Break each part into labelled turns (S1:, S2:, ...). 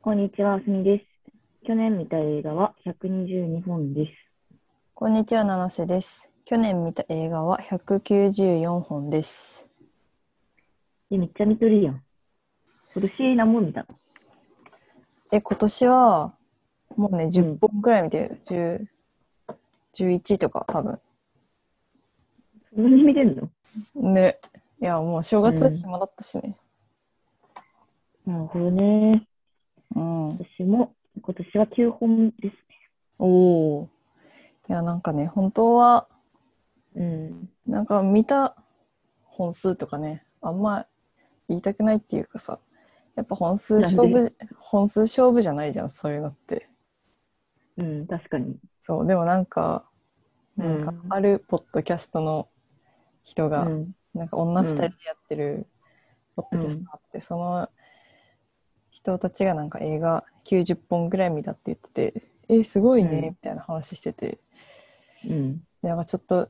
S1: こんにちは、あすみです。去年見た映画は122本です。
S2: こんにちは、七瀬です。去年見た映画は194本です。
S1: で、めっちゃ見とるやん。今年何本見たの
S2: え、今年は、もうね、10本くらい見てる。10 11とか、多分。
S1: そんなに見てんの
S2: ね。いや、もう正月
S1: うん
S2: 暇だったしね。
S1: なるほどね。
S2: うん。
S1: 私も今年は9本です
S2: おお。いや、なんかね、本当は、
S1: ね。
S2: なんか見た本数とかね、あんま言いたくないっていうかさ、やっぱ本数勝
S1: な
S2: 負じ、本数勝負じゃないじゃん、そういうのって。
S1: うん。うん、確かに。
S2: そう、でもなんか、
S1: うん
S2: なんかあるポッドキャストの人
S1: う
S2: が、
S1: ん。
S2: なんか女
S1: うん
S2: 二人でやってるポッドキャストがあって、その人たちがなんか映画90本ぐらい見たって言ってて、えーすごいね、
S1: うん
S2: みたいな話してて、
S1: うん。
S2: でなんかちょっと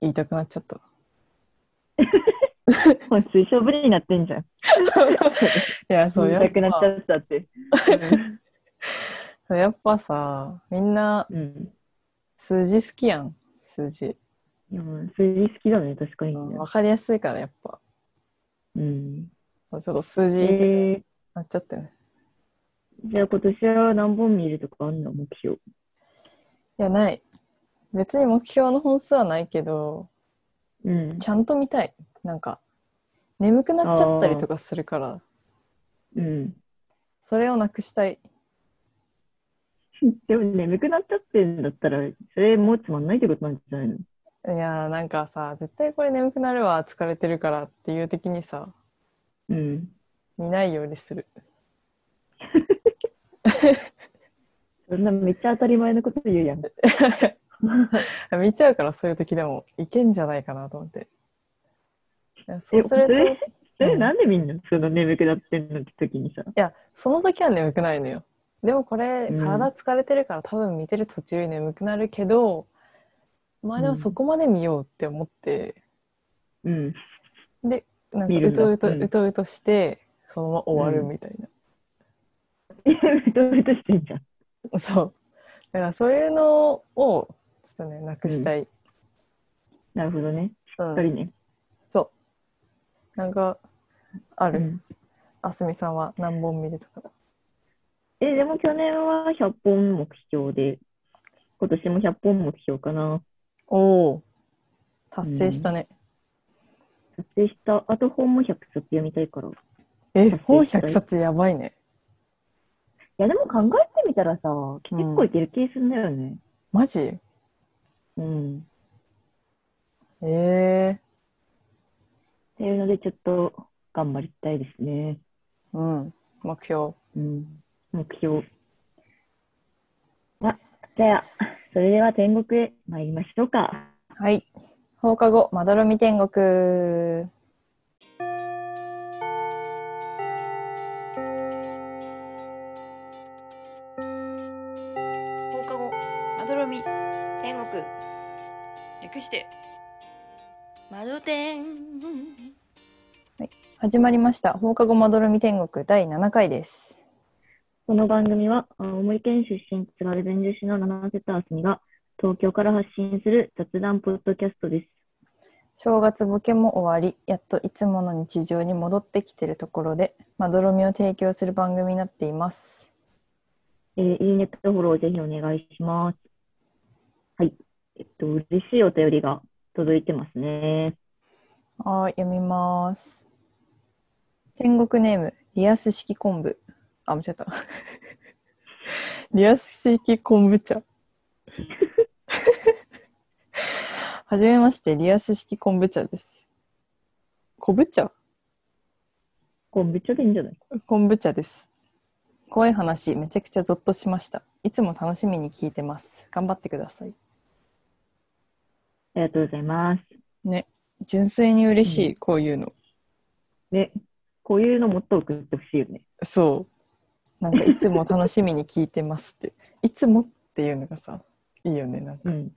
S2: 言いたくなっち ゃった。
S1: 本数勝負になってんじゃん。
S2: いや、そう、
S1: 見
S2: や
S1: た
S2: っ
S1: くなっち
S2: ぱ
S1: ゃったって。
S2: そうやっぱさ、みんな
S1: うん。
S2: 数字好きやん、数字。
S1: うん、数字好きだね、確かに。
S2: わかりやすいから、やっぱ。
S1: うん。
S2: ちょっと数字に
S1: え
S2: なっちゃったよね。
S1: ー、じゃあ今年は何本見るとかあんの目標。
S2: いや、ない。別に目標の本数はないけど、
S1: うん。
S2: ちゃんと見たい。なんか、眠くなっちゃったりとかするから、
S1: うん。
S2: それをなくしたい。
S1: でも眠くなっちゃってんだったら、それもうつまんないってことなんじゃないの
S2: いやーなんかさ、絶対これ眠くなるわ、疲れてるからっていう的にさ、
S1: うん。
S2: 見ないようにする。
S1: そんなめっちゃ当たり前のこと言うやん。
S2: 見ちゃうからそういう時でもいけんじゃないかなと思って。いやそ
S1: え
S2: うする
S1: それ
S2: と、い
S1: それなんでみんなその眠くなってんのって時にさ。
S2: や、その時は眠くないのよ。でもこれ、
S1: うん
S2: 体疲れてるから多分見てる途中に眠くなるけど、まあでもそこまで見ようって思って、
S1: うん。
S2: で、なんか
S1: 見る
S2: うん
S1: だ
S2: とうと、
S1: うん
S2: うとうとして、そのまま終わるみたいな。
S1: え、どうとしてんじゃん。
S2: そう。だからそういうのを、ちょっとね、なくしたい。
S1: なるほどね。
S2: うん
S1: やっぱりね。
S2: そう。なんか、あ
S1: う
S2: る。
S1: ん
S2: あすみさんは何本見るとか。
S1: え、でも去年は100本目標で、今年も100本目標かな。
S2: おお。達成したね。
S1: 達成した。あと本も100冊読みたいから。い
S2: え、
S1: 達成
S2: 本
S1: したい
S2: 100冊やばいね。
S1: や、でも考えてみたらさ、結構いける気すんだよね。
S2: マジえ
S1: うん
S2: え
S1: っていうので、ちょっと頑張りたいですね。
S2: うん。目標。
S1: うん、目標。あ、じゃあ、それでは天国へ参りましょうか。
S2: はい。放課後、まどろみ天国。
S3: 放課後まどろみ天国略してまど天
S2: 始まりました。放課後まどろみ天国第7回です。
S1: この番組は、青森県出身、津軽弁女子の七瀬田あすみが、東京から発信する雑談ポッドキャストです。
S2: 正月ボケも終わりやっといつもの日常に戻ってきてるところでまどろみを提供する番組になっています
S1: えーいいねとフォローぜひお願いします。はい。えっと、嬉しいお便りが届いてますね。
S2: はい読みます天国ネームリアス式昆布あ間違った リアス式昆布茶 はじめましてリアス式昆布茶です昆布茶
S1: 昆布茶でいいんじゃない
S2: 昆布茶です怖い話めちゃくちゃゾッとしましたいつも楽しみに聞いてます頑張ってください
S1: ありがとうございます。
S2: ね純粋に嬉しい、
S1: う
S2: こういうの
S1: ね、こういうのもっと送ってほしいよね。
S2: そうなんかいつも楽しみに聞いてますっていつもっていうのがさいいよねなん か
S1: うん。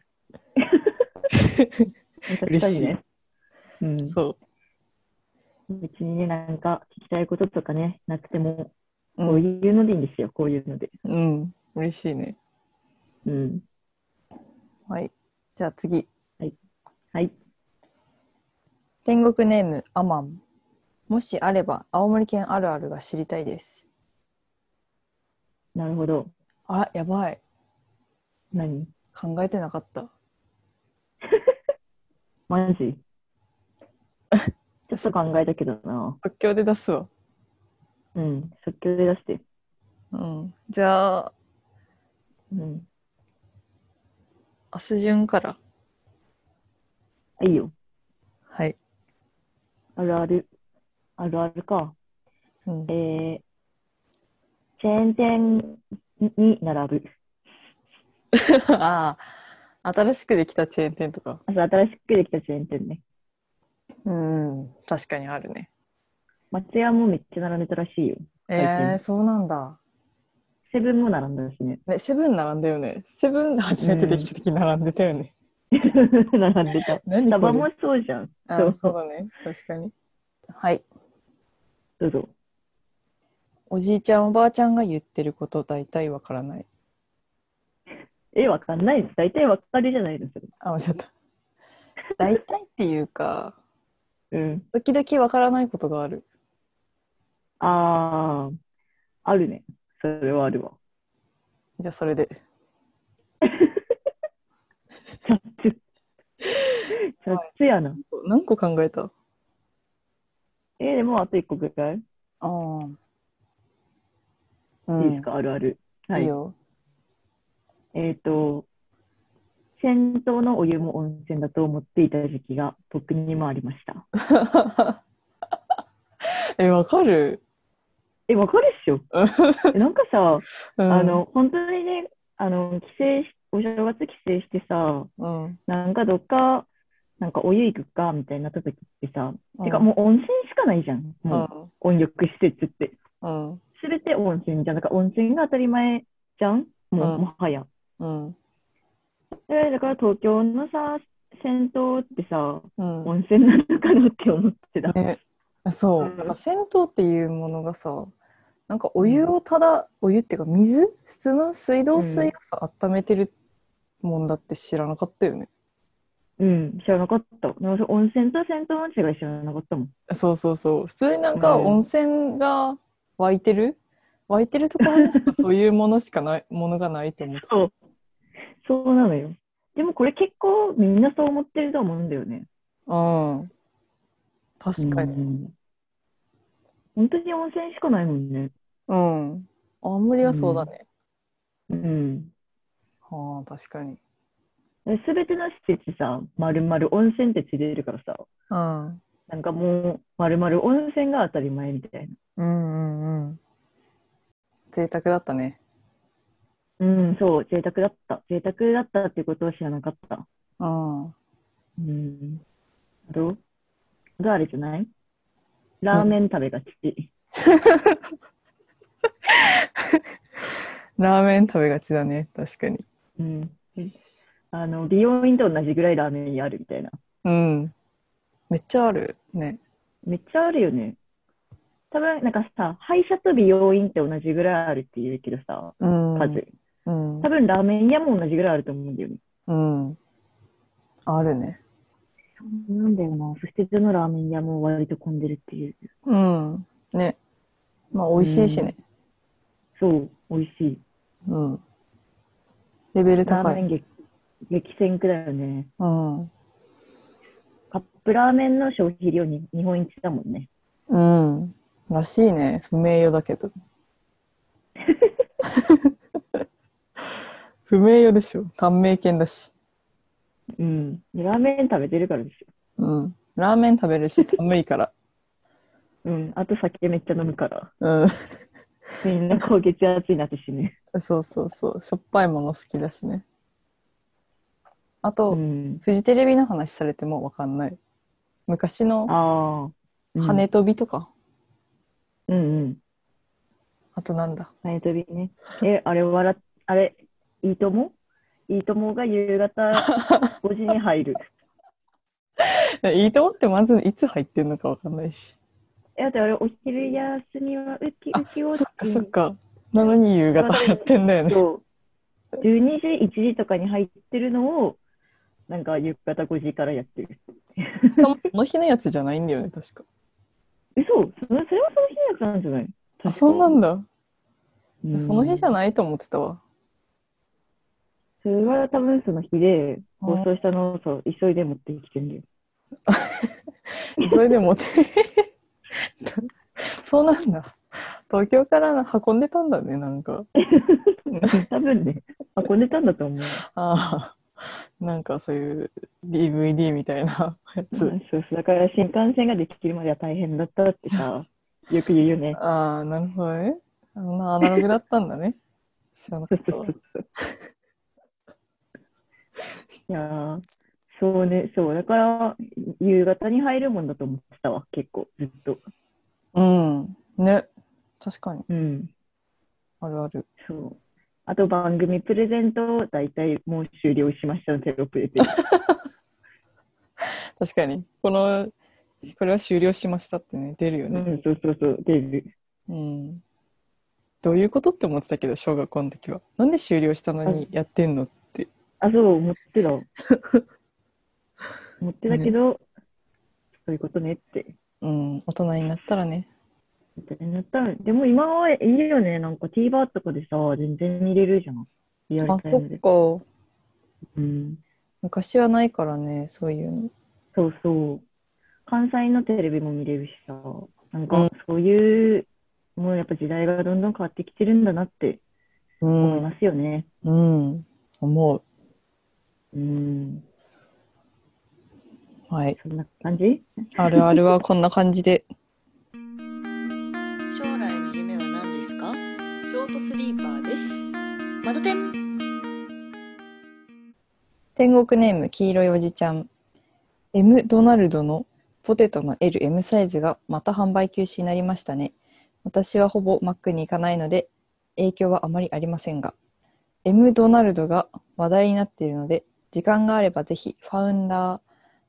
S2: 嬉しい
S1: 確かにね。
S2: そ
S1: うん。別にね、なんか聞きたいこととかね、なくても、
S2: う、
S1: こうんいうのでいいんですよ、こういうので。
S2: うん、嬉しいね。
S1: うん。
S2: はい。じゃあ次。
S1: はい。
S2: 天国ネーム、アマン。もしあれば、青森県あるあるが知りたいです。
S1: なるほど。
S2: あ、やばい。
S1: 何
S2: 考えてなかった。
S1: マジちょっと考えたけどな。
S2: 発狂で出すわ。
S1: うん。即興で出して。
S2: うん。じゃあ、
S1: うん。
S2: 明日順から。
S1: あいいよ。
S2: はい。
S1: あるある。あるあるか。
S2: うん
S1: え、ー、チェーン店に並ぶ。
S2: ああ、新しくできたチェーン店とか。
S1: あ、そう、新しくできたチェーン店ね。
S2: うん、確かにあるね。
S1: 松屋もめっちゃ並んでたらしいよ。最近
S2: えー、そうなんだ。
S1: セブンも並んだしね。
S2: ね、セブン並んだよね。セブン初めてできた時並んでたよね。
S1: 並んでた。
S2: 何これ
S1: サバもそうじゃん。
S2: あ
S1: そう
S2: そうだね。確かに。はい。
S1: どうぞ。
S2: おじいちゃんおばあちゃんが言ってること大体わからない。
S1: え、わかんないです。大体わかるじゃないですか。
S2: あ、間違 った。大体っていうか、
S1: うん。
S2: 時々わからないことがある。
S1: あー、あるね。それはあるわ。
S2: じゃあそれで。
S1: チャッツ。チャッツやな。
S2: 何個考えた
S1: えーでもあと一個ぐらい、
S2: ああ。う
S1: いいですかあるある。はい
S2: い
S1: い。
S2: よ。
S1: えっ、と、銭湯のお湯も温泉だと思っていた時期が僕にもありました。
S2: え、わかる、
S1: え、わかるっし ょえなんかさ、
S2: うん
S1: あ、の、本当にね、あの、帰省し、お正月帰省してさ、
S2: うん。
S1: なんかどっか、なんかお湯行くか、みたいになった時ってさ、てか
S2: うん
S1: もう温泉しかないじゃん。もう、温浴施設って。
S2: うん。うん。
S1: すべて温泉じゃん。だから温泉が当たり前じゃんもう、
S2: うん
S1: もはや。
S2: うん。
S1: えだから東京のさ、銭湯ってさ、
S2: うん。
S1: 温泉なのかなって思ってた。
S2: ね、そう、
S1: うん
S2: なんか銭湯っていうものがさなんかお湯をただ、お湯っていうか水普通の水道水をさ、温めてるもんだって知らなかったよね
S1: うん、知らなかった。なんか温泉と銭湯の違い知らなかったもん。
S2: そうそうそう普通になんか
S1: うん
S2: 温泉が湧いてる、湧いてるところにしかそういうものしかない ものがないと思ってた
S1: そう。そうなのよ。でもこれ結構みんなそう思ってると思うんだよね。
S2: うん確か
S1: う
S2: に
S1: ん本当に温泉しかないもんね。
S2: うん、青森はそうだね、
S1: うん。
S2: はあ確かに
S1: すべての施設さ、まるまる温泉ってついてるからさ、
S2: うん
S1: なんかもう、まるまる温泉が当たり前みたいな。
S2: うんうんうん贅沢だったね
S1: うん、そう、贅沢だった。贅沢だったってことを知らなかった。
S2: うん
S1: うん。あと、があれじゃないラーメン食べがち。
S2: ラーメン食べがちだね、確かに。
S1: うん。あの、美容院と同じぐらいラーメン屋あるみたいな。
S2: うん。めっちゃあるね。
S1: めっちゃあるよね。多分、なんかさ、歯医者と美容院って同じぐらいあるって言うけどさ、
S2: うん。
S1: 数。
S2: うん
S1: 多。分、ラーメン屋も同じぐらいあると思うんだよね。
S2: うん。あるね。
S1: なんだよな。そしてどのラーメン屋も割と混んでるっていう。
S2: うん。ね。まあ、美味しいしね。
S1: そう、美味しい。
S2: うん。レベル
S1: ラ
S2: 高
S1: ーメ
S2: い。
S1: ン激激戦区だよね。
S2: うん。う
S1: カップラーメンの消費量に日本一だもんね。
S2: ん。らしいね。不名誉だ けど。不名誉でしょ。短命犬だし。
S1: うん。ラーメン食べてるからですよ。
S2: うん。ラーメン食べるし、寒いから。
S1: うん。あと酒めっちゃ飲むから。
S2: うん。
S1: みんな高血圧になって死ぬ。
S2: そうそうそう。しょっぱいもの好きだしね。あと、
S1: うん。
S2: フジテレビの話されてもわかんない。昔の
S1: ああ。うん
S2: 羽。飛びとか、
S1: うんうん。
S2: あとなんだ。
S1: 羽飛びね。え、あれ笑っ、あれ、いいともいいともが夕方5時に 入る。
S2: いいと思ってまずいつ入ってんのかわかんないし。
S1: え、だってあれ、お昼休みはウキウキを
S2: そっかそっか。なのに夕方やってんだよね。
S1: そう。12時、1時とかに入ってるのを、なんか夕方5時からやってる。
S2: しかもその日のやつじゃないんだよね、確か。
S1: 嘘そのそれはその日のやつなんじゃない
S2: あ、そうなんだ。
S1: うん
S2: その日じゃないと思ってたわ。
S1: それは多分その日で、放送したのをそう急いで持ってきてるんだ よ。
S2: それでもて。そうなんだ。東京から運んでたんだね、なんか。
S1: 多分ね、運んでたんだと思う。
S2: ああ、なんかそういう DVD みたいなや
S1: そ
S2: つ。
S1: うそうだから新幹線ができるまでは大変だったって さ、よく言うよね。
S2: ああ、なるほどね。あんなアナログだったんだね。知らなかったわ。
S1: いやーそうね、そう、だから夕方に入るもんだと思ってたわ、結構、ずっと。
S2: うん。ね。確かに。
S1: うん、
S2: あるある。
S1: そう。あと番組プレゼントを大体もう終了しましたのテロップ出てる。
S2: 確かに。この、これは終了しましたってね、出るよ
S1: う
S2: ね。
S1: ん、そうそうそう、出る。
S2: うん。どういうことって思ってたけど、小学校の時は。なんで終了したのにやってんのって。
S1: あ、そう、持って た。持ってたけど、そういうことねって。
S2: うん。大人になったらね。
S1: みたいになったらでも今はいいよね、なんか TVer とかでさ、全然見れるじゃん。リア
S2: あ、
S1: ルタイ
S2: そ
S1: ムで。
S2: っか。
S1: うん、
S2: 昔はないからね、そういうの。
S1: そうそう。関西のテレビも見れるしさ、なん
S2: う
S1: か
S2: ん
S1: そういう、もうやっぱ時代がどんどん変わってきてるんだなって
S2: う
S1: 思いますよね。
S2: うん。思う。
S1: うん、
S2: はい。
S1: そんな感じ
S2: あるあるはこんな感じで。
S3: 将来の夢は何ですか
S4: ショートスリーパーです。
S3: 窓店
S2: 天国ネーム黄色いおじちゃん。M ドナルドのポテトの LM サイズがまた販売休止になりましたね。私はほぼマックに行かないので影響はあまりありませんが。M ドナルドが話題になっているので時間があればぜひファウンダー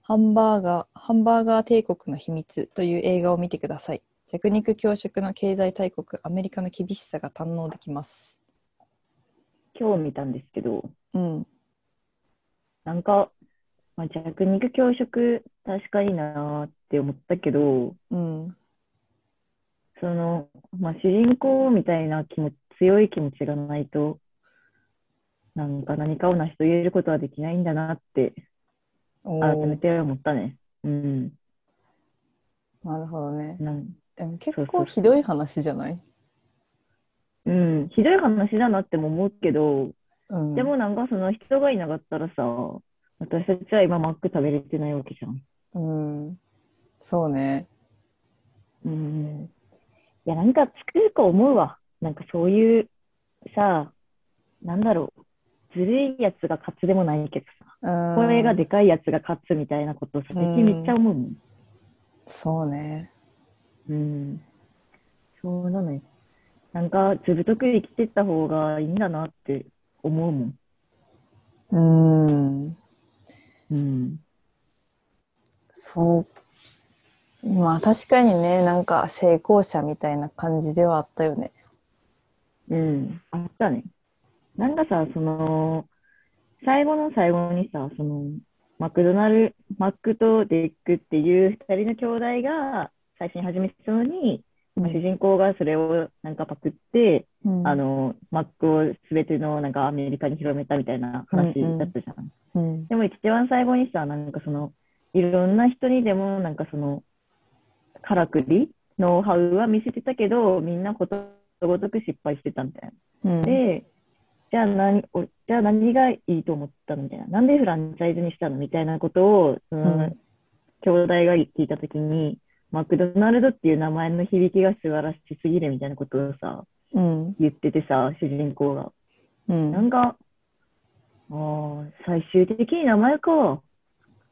S2: ハンバーガーハンバーガー帝国の秘密という映画を見てください。弱肉強食の経済大国アメリカの厳しさが堪能できます。
S1: 今日見たんですけど、
S2: うん。
S1: なんか、まあ、弱肉強食、確かになーって思ったけど、
S2: うん。
S1: その、まあ、主人公みたいな気持ち、強い気持ちがないと、なんか何かを成し遂げることはできないんだなって、
S2: お
S1: 改め
S2: ー
S1: て思ったね。うん。
S2: なるほどね。
S1: なん
S2: でも
S1: そ
S2: 結
S1: うそうそ
S2: 構
S1: う
S2: ひどい話じゃない
S1: うん、ひどい話だなっても思うけど、
S2: うん、
S1: でもなんかその人がいなかったらさ、私たちは今マック食べれてないわけじゃん。
S2: うん、そうね。
S1: うん。いや、なんか作る子思うわ。なんかそういう、さ、なんだろう。ずるいやつが勝つでもないけどさ、
S2: うん、
S1: これがでかいやつが勝つみたいなことさ、最近めっちゃ思うもん。
S2: そうね。
S1: うん。そうだね。なんか、ずぶとく生きてった方がいいんだなって思うもん。
S2: うん、
S1: うん。
S2: そう。まあ確かにね、なんか成功者みたいな感じではあったよね。
S1: うん、あったね。なんかさ、その、最後の最後にさ、その、マクドナル、マックとデックっていう二人の兄弟が最初に始めてたのに、まあ主人公がそれをなんかパクって、
S2: うん
S1: あ、の、マックを全てのなんかアメリカに広めたみたいな話だったじゃん。
S2: うん、
S1: でも一番最後にさ、なんかその、いろんな人にでもなんかその、からくり、ノウハウは見せてたけど、みんなことごとく失敗してたみたいな。
S2: うん、
S1: で、じゃあ何おじゃあ何がいいと思ったのみたいな、なんでフランチャイズにしたのみたいなことを、その
S2: うん
S1: 兄弟が聞いたときに、マクドナルドっていう名前の響きが素晴らしすぎるみたいなことをさ、
S2: うん、
S1: 言っててさ、主人公が。
S2: うん
S1: なんか、あー最終的に名前か。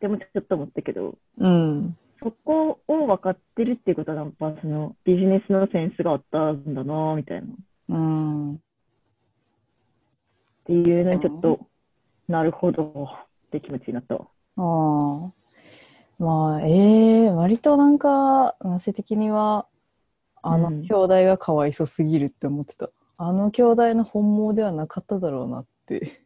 S1: でもちょっと思ったけど、
S2: うん、
S1: そこを分かってるっていうことは、やっぱそのビジネスのセンスがあったんだな、みたいな。
S2: うん、
S1: っていうのにちょっと、なるほどって気持ちになったわ。
S2: ああ。まあ、ええ割となんか、男性的には、あの
S1: うん
S2: 兄弟がかわいそうすぎるって思ってた。あの兄弟の本望ではなかっただろうなって。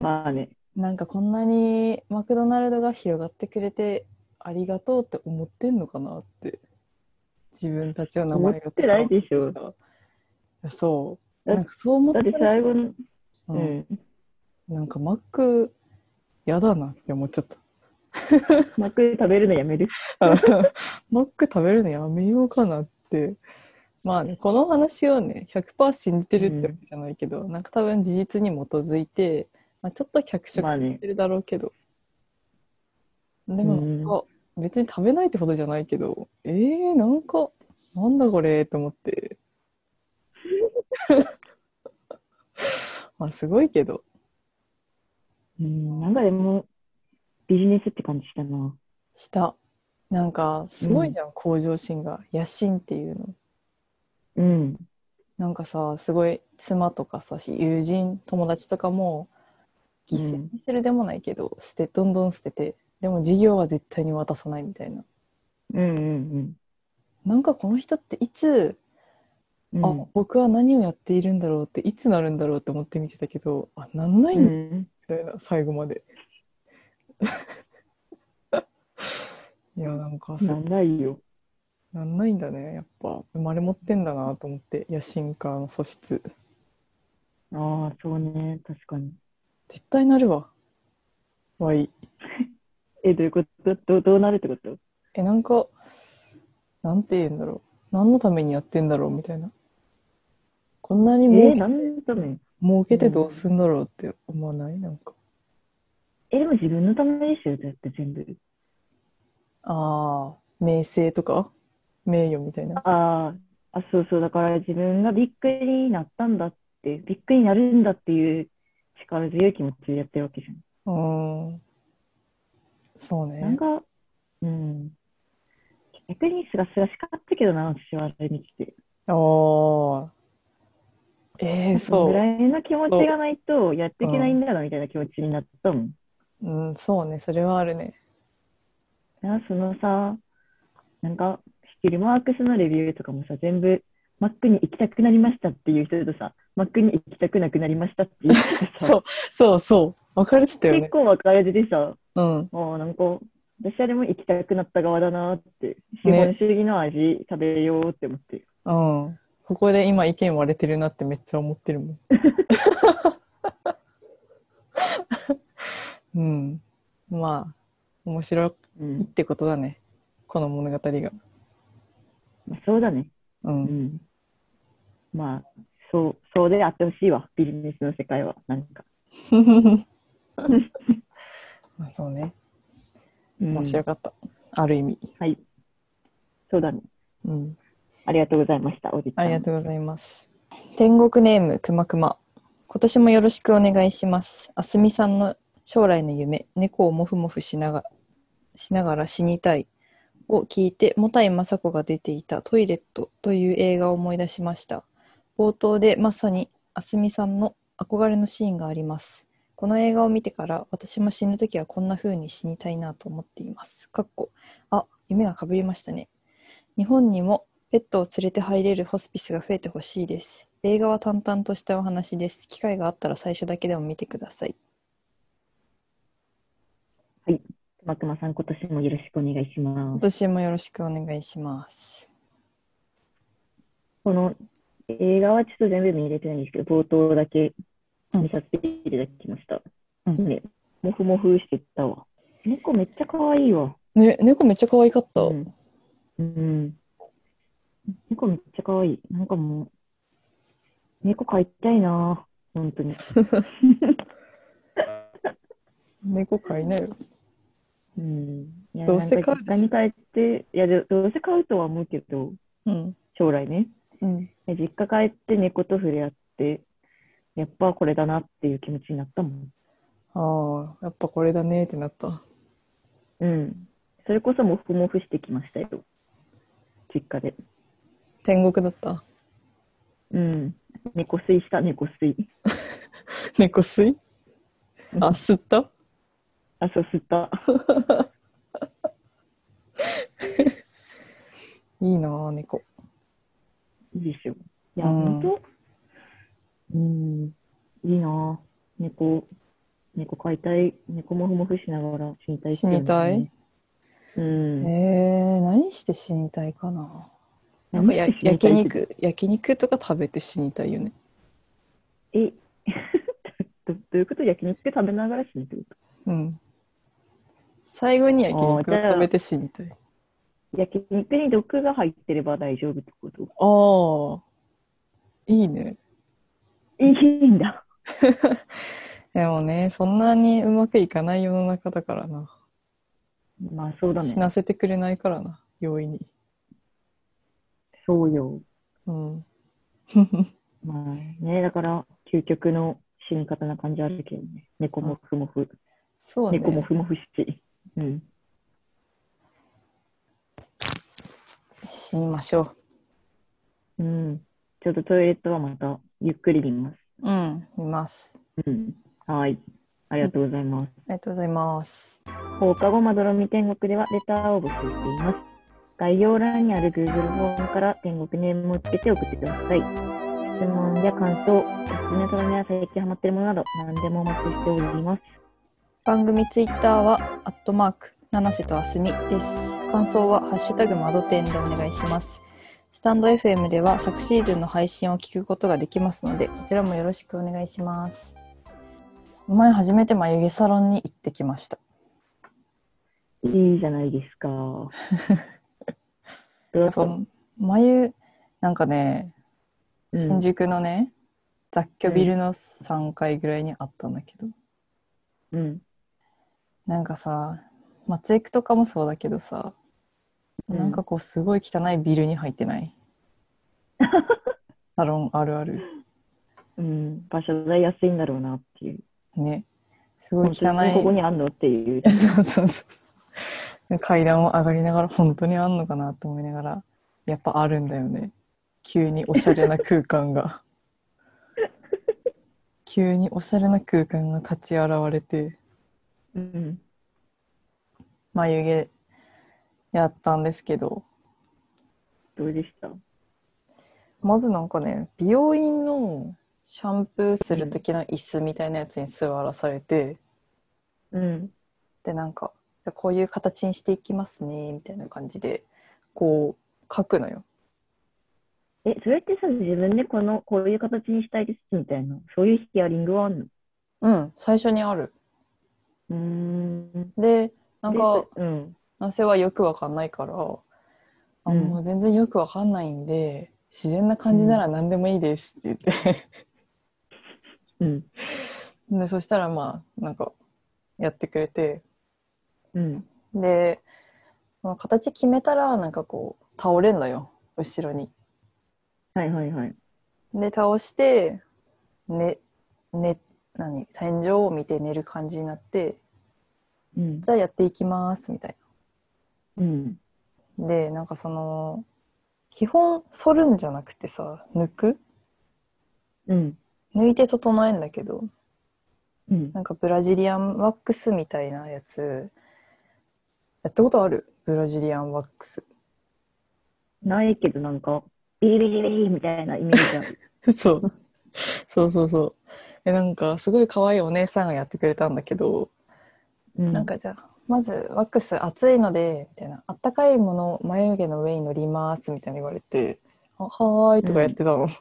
S1: まあね。
S2: なんかこんなにマクドナルドが広がってくれてありがとうって思ってんのかなって。自分たちの名前が
S1: 思ってないでしょ
S2: 使われてさそう。
S1: だ
S2: なんかそう思っ
S1: だ
S2: た
S1: って
S2: ら
S1: 最
S2: さ
S1: 後の、
S2: う
S1: うんん。
S2: なんかマックやだなって思っちゃった。
S1: マック食べるのやめる。
S2: あ のマック食べるのやめようかなって。まあね、この話をね、100%信じてるってわけじゃないけど、なんか多分事実に基づいて、まあ、ちょっと脚色
S1: まあ
S2: さ
S1: ね
S2: れてるだろうけど。でもなんか、別に食べないってほどじゃないけど、えー、なんか、なんだこれと思って。 まあすごいけど。
S1: うん。なんかでも、ビジネスって感じしたな。
S2: した。なんか、すごいじゃん、向上心が。野心っていうの。
S1: うん。
S2: なんかさ、すごい妻とかさ、友人、友達とかも、犠牲にするでもないけど、捨て、どんどん捨てて、でも事業は絶対に渡さないみたいな。
S1: うんうん
S2: なんかこの人っていつ、
S1: うん。
S2: あ、僕は何をやっているんだろうって、いつなるんだろうって思って見てたけど、あ、なんな
S1: うん。
S2: い
S1: うん
S2: だ
S1: ん。
S2: みたいな、最後まで。 いや、なんかす
S1: なんだいよ。
S2: なんないんだね、やっぱ。生まれ持ってんだなと思って、野心家の素質。
S1: ああ、そうね。確かに。
S2: 絶対なるわ。わい。
S1: え、どういうことどうどうなるってこと
S2: え、なんか、なんて言うんだろう。何のためにやってんだろうみたいな。こんなに
S1: え
S2: 儲け,、
S1: 何のため
S2: 儲けてどうすんだろうって思わないなんか。
S1: え、でも自分のためでしょ、だって全部。
S2: ああ、名声とか名誉みたいな。
S1: ああ、あ、そうそう、だから自分がびっくりになったんだって、びっくりになるんだっていう力強い気持ちでやってるわけじ
S2: うーん。そう
S1: ゃん。なん
S2: ね。
S1: か、うん。逆にすがすがしかったけどな、私はあれ見てて。
S2: ああ。えー、
S1: の
S2: そ
S1: ぐ
S2: う
S1: ら。いの気持ちがないとやっていけないんだな、みたいな気持ちになったもん。
S2: うん、そうね。それはあるね。
S1: なそのさ、なんか、知ってるマークスのレビューとかもさ、全部、マックに行きたくなりましたっていう人とさ、マックに行きたくなくなりましたっていう人とさ、
S2: そう、そう、そう。別れてたよ
S1: 結
S2: ね。
S1: 構分かれててさ、
S2: うん。
S1: もうなんか、私はでも行きたくなった側だなって、資
S2: ね
S1: 本主義の味食べようって思って。
S2: うん。ここで今意見割れてるなってめっちゃ思ってるも ん。うん。まあ、面白
S1: う
S2: いっ
S1: ん。
S2: てことだね。この物語が。
S1: まあ、そうだね。
S2: う。
S1: うんん。まあ、そう、そうであってほしいわ、ビジネスの世界は。なんか。
S2: まあそうね。
S1: うん
S2: 面白かった。ある意味。
S1: はい。そうだね。
S2: うん。
S1: ありがとうございました、おじちゃ
S2: あ
S1: ん。
S2: りがとうございます。天国ネームくまくま。今年もよろしくお願いします。あすみさんの将来の夢、猫をもふもふしながしながら死にたいを聞いて、もたいまさこが出ていたトイレットという映画を思い出しました。冒頭でまさにあすみさんの憧れのシーンがあります。この映画を見てから私も死ぬときはこんな風に死にたいなと思っています。かっこ、あ、夢がかぶりましたね。日本にもペットを連れて入れるホスピスが増えてほしいです。映画は淡々としたお話です。機会があったら最初だけでも見てください。
S1: まくまさん、今年もよろしくお願いしま
S2: 今
S1: す。
S2: 年もよろしくお願いします。
S1: この映画はちょっと全部見れてないんですけど、冒頭だけ見させていただきました。
S2: うん
S1: ね、もふもふしてたわ。猫めっちゃ可愛いわ。
S2: ね、猫めっちゃ可愛かった。
S1: うん。うん、猫めっちゃ可愛い。なんかもう、猫飼いたいな本当に。
S2: 猫飼いなよ。
S1: うん。いや
S2: どうせ飼うでし
S1: な
S2: ょ
S1: んか実家に帰って、いや、でどうせ飼うとは思うけど、
S2: うん。
S1: 将来ね。
S2: うん。
S1: で実家帰って猫と触れ合って、やっぱこれだなっていう気持ちになったもん。
S2: ああ、やっぱこれだねってなった。
S1: うん。それこそもふもふしてきましたよ。実家で。
S2: 天国だった。
S1: うん。猫吸いした、猫吸い。
S2: 猫吸いあ、吸った
S1: あ、そう、吸った。
S2: いいなぁ、猫。
S1: いいでしょ。いや、
S2: うん
S1: 本当うん、いいなぁ猫、猫飼いたい。猫もふもふしながら死にたいってい
S2: 死
S1: うのね
S2: にたい
S1: うん。
S2: えー、何して死にたいかななん
S1: 何
S2: かや
S1: して死にた
S2: 焼
S1: いって
S2: 肉、焼肉とか食べて死にたいよね。
S1: え どどういうこと焼肉食べながら死ぬってこ
S2: うん。最後に焼肉
S1: あー
S2: を
S1: じゃあ
S2: 食べて死にたい。
S1: と焼肉に毒が入ってれば大丈夫ってこと
S2: ああ、いいね。
S1: いいんだ。
S2: でもね、そんなにうまくいかない世の中だからな。
S1: まあそうだね
S2: 死。なせてくれないからな、容易に。
S1: そうよ。
S2: うん。
S1: まあね、だから究極の死に方な感じあるけどね。猫もふもふ。
S2: そうね。
S1: 猫もふもふし。うん。
S2: 死にましょ
S1: うん。ちょっとトイレットはまたゆっくり見ます。
S2: う。うん、います。
S1: うん。はい。ありがとうございます。
S2: ありがとうございます。
S1: 放課後まどろみ天国ではレターを募集しています。概要欄にある Google フォームから天国ネームをつけて送ってください。質問や感想、おすすめのトラメや最近ハマってるものなど何でもお待ちしております。
S2: 番組ツイッターは、アットマーク、七瀬とあすみです。感想は、ハッシュタグ窓店でお願いします。スタンド FM では昨シーズンの配信を聞くことができますので、こちらもよろしくお願いします。前初めて眉毛サロンに行ってきました。
S1: いいじゃないです か。どう
S2: やっぱ眉なんかね、
S1: うん
S2: 新宿のね雑居ビルの3階ぐらいにあったんだけど、
S1: うん。
S2: なんかさ松江区とかもそうだけどさ、
S1: うん
S2: なんかこうすごい汚いビルに入ってないサロン あるある
S1: うん。場所代安いんだろうなっていう。
S2: ねすごい
S1: 本
S2: 汚
S1: 当にここ
S2: い。
S1: にあんのって いう
S2: そうそうそう階段を上がりながら本当にあんのかなと思いながらやっぱあるんだよね急におしゃれな空 間が急におしゃれな空間が立ち現れて
S1: うん。
S2: 眉毛やったんですけど
S1: どうでした
S2: まずなんかね美容院のシャンプーする時の椅子みたいなやつに座らされて、
S1: うん。
S2: でなんかこういう形にしていきますねみたいな感じでこう書くのよ
S1: え、それってさ、自分でこの、こういう形にしたいですみたいな、そういうヒアリングはあんの
S2: うん最初にある
S1: うーん。
S2: でなんか
S1: で、うん。
S2: 男性はよくわかんないからあ
S1: うん
S2: もう全然よくわかんないんで自然な感じなら何でもいいですって言って、
S1: うん。
S2: でそしたらまあなんかやってくれて
S1: うん。
S2: でまあ形決めたらなんかこう倒れんのよ後ろに
S1: はいはいはい。
S2: で倒してねね何天井を見て寝る感じになって
S1: うん。
S2: じゃあやっていきますみたいな
S1: うん。
S2: でなんかその基本反るんじゃなくてさ抜く
S1: うん。
S2: 抜いて整えんだけど
S1: うん。
S2: なんかブラジリアンワックスみたいなやつやったことあるブラジリアンワックス
S1: ないけどなんか、ビリビリビリみたいなイメージあ る。
S2: そうそうそうそうえなんかすごい可愛いお姉さんがやってくれたんだけど、
S1: うん。
S2: なんかじゃあまずワックス熱いのでみたいなあったかいものを眉毛の上に乗りますみたいに言われて「あはーい」とかやってたの。は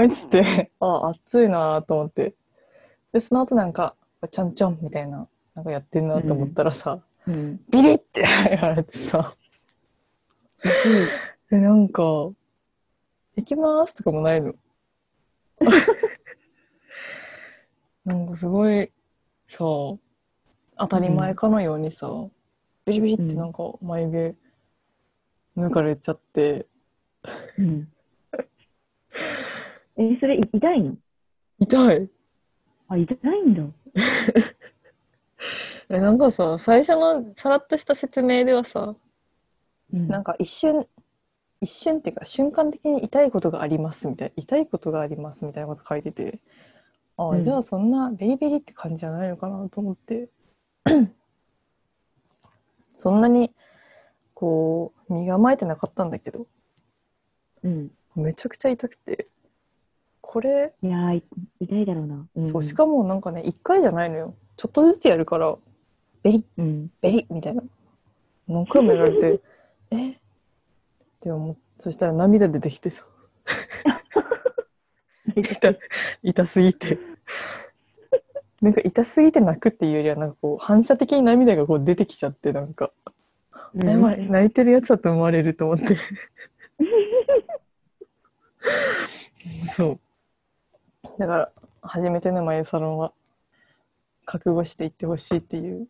S2: ーいっつって、あ、暑いなーと思って。で、その後なんか、ちょんちょんみたいな、なんかやってんなと思ったらさ、
S1: うん。
S2: ビリって言われて さ、で、なんか、行きまーすとかもないの。 なんかすごい、さ、当たり前かのようにさ、ビリビリってなんか眉毛抜かれちゃって、
S1: うん。え、それい痛いの
S2: 痛い
S1: あ、痛いんだ。
S2: えなんかさ最初のさらっとした説明ではさ
S1: うん。
S2: なんか一瞬一瞬っていうか瞬間的に痛いことがありますみたいな痛いことがありますみたいなこと書いててああ、
S1: うん
S2: じゃあそんなベリベリって感じじゃないのかなと思って。 そんなに、こう、身構えてなかったんだけど、
S1: うん。
S2: めちゃくちゃ痛くて。これ、
S1: いやー、い痛いだろうな。うん、
S2: そう、しかもなんかね、1回じゃないのよ。ちょっとずつやるから、ベリッ
S1: うん。
S2: ベリッみたいな。何回もやられて、えって思って、そしたら涙出てきてさ、痛 痛すぎて。なんか痛すぎて泣くっていうよりは、なんかこう、反射的に涙がこう出てきちゃって、なんか、
S1: う
S2: あやばい泣いてるやつだと思われると思って。そう。だから、初めての眉サロンは、覚悟していってほしいっていう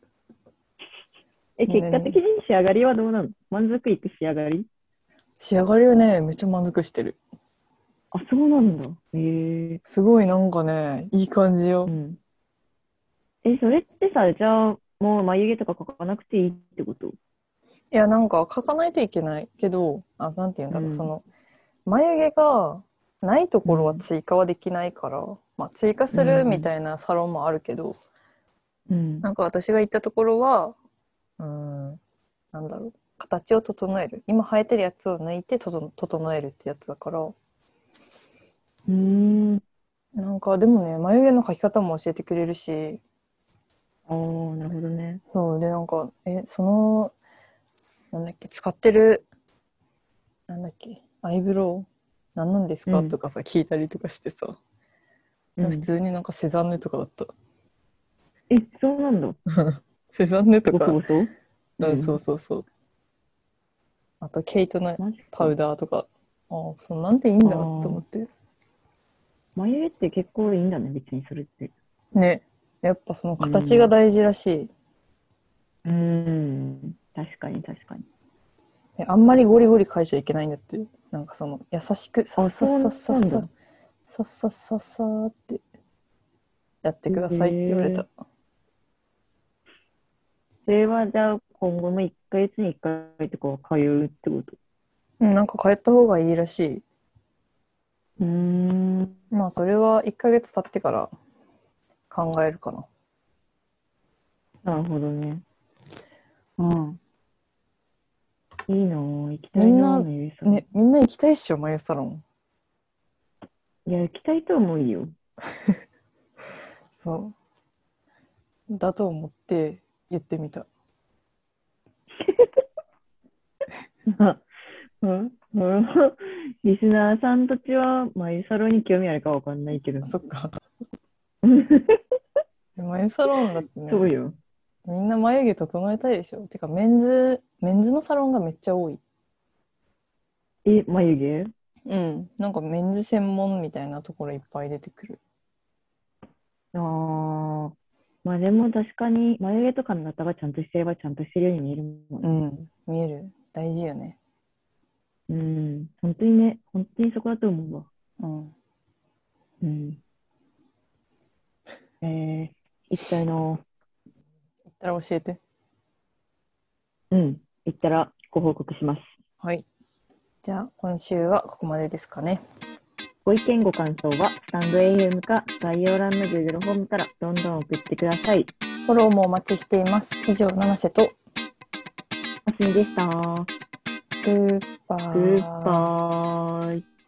S1: え、結果的に仕上がりはどうなの満足いく仕上がり
S2: 仕上がりをねめっちゃ満足してる
S1: あ、そうなんだ。へえ。
S2: すごいなんかねいい感じよ、
S1: うん。え、それってさ、じゃあ、もう眉毛とか描かなくていいってこと
S2: いやなんか描かないといけないけどあなんていうんだろう、
S1: うん
S2: その眉毛がないところは追加はできないから、まあ、追加するみたいなサロンもあるけど、
S1: うん。
S2: なんか私が行ったところはうーんなんだろう形を整える今生えてるやつを抜いてとと整えるってやつだから
S1: うん。
S2: なんかでもね眉毛の描き方も教えてくれるし
S1: ああ、なるほどね。
S2: そうでなんかえそのなんだっけ使ってるなんだっけアイブロウ何なんですか、
S1: うん
S2: とかさ聞いたりとかしてさ、
S1: うん
S2: 普通になんかセザンヌとかだった
S1: え、そうなんだ。
S2: セザンヌと
S1: ボ
S2: か
S1: ソボソ
S2: うん
S1: うん
S2: そうそうそうあと毛糸の
S1: マジか
S2: パウダーとかああそうなんていいんだと思って
S1: 眉毛って結構いいんだね、別にそれって。
S2: ねやっぱその形が大事らしい、
S1: うん。確かに、確かに。
S2: であんまりゴリゴリ描いちゃいけないんだってなんかその優しくさっさっさっさ
S1: そうな
S2: っさ
S1: んだ
S2: さっさっさっさーってやってくださいって言われた、
S1: それは、じゃあ、今後も1ヶ月に1回とかは通うってこと
S2: うんなんか変えた方がいいらしい
S1: うん。
S2: まあそれは1ヶ月経ってから考えるかな
S1: なるほどね。
S2: うん
S1: いいなぁ、行きたい
S2: みんな
S1: ぁ、眉毛さん
S2: ねみんな行きたいっしょ眉サロン
S1: いや、行きたいと思うよ。
S2: そうだと思って言ってみた
S1: うんうんリスナーさんたちは眉サロンに興味あるかわかんないけど。
S2: そっ か眉サロンだってね
S1: そうよ。
S2: みんな眉毛整えたいでしょてかメンズメンズのサロンがめっちゃ多い
S1: え、眉毛
S2: うん、なんかメンズ専門みたいなところいっぱい出てくる。
S1: ああ。まあでも確かに眉毛とかの型がちゃんとしてればちゃんとしてるように見えるもん
S2: う
S1: ね。
S2: ん、見える。大事よね。
S1: うん。本当にね、本当にそこだと思うわ。
S2: うん。
S1: うん。えー、行きたいなぁ。
S2: 言ったら教えて。
S1: うん。行ったらご報告します。
S2: はい。じゃあ、今週はここまでですかね。
S1: ご意見ご感想はスタンド AM か概要欄の Google ホームからどんどん送ってください。
S2: フォローもお待ちしています。以上、七瀬と、
S1: おすみでした。グ
S2: グーバー。
S1: ッバイ。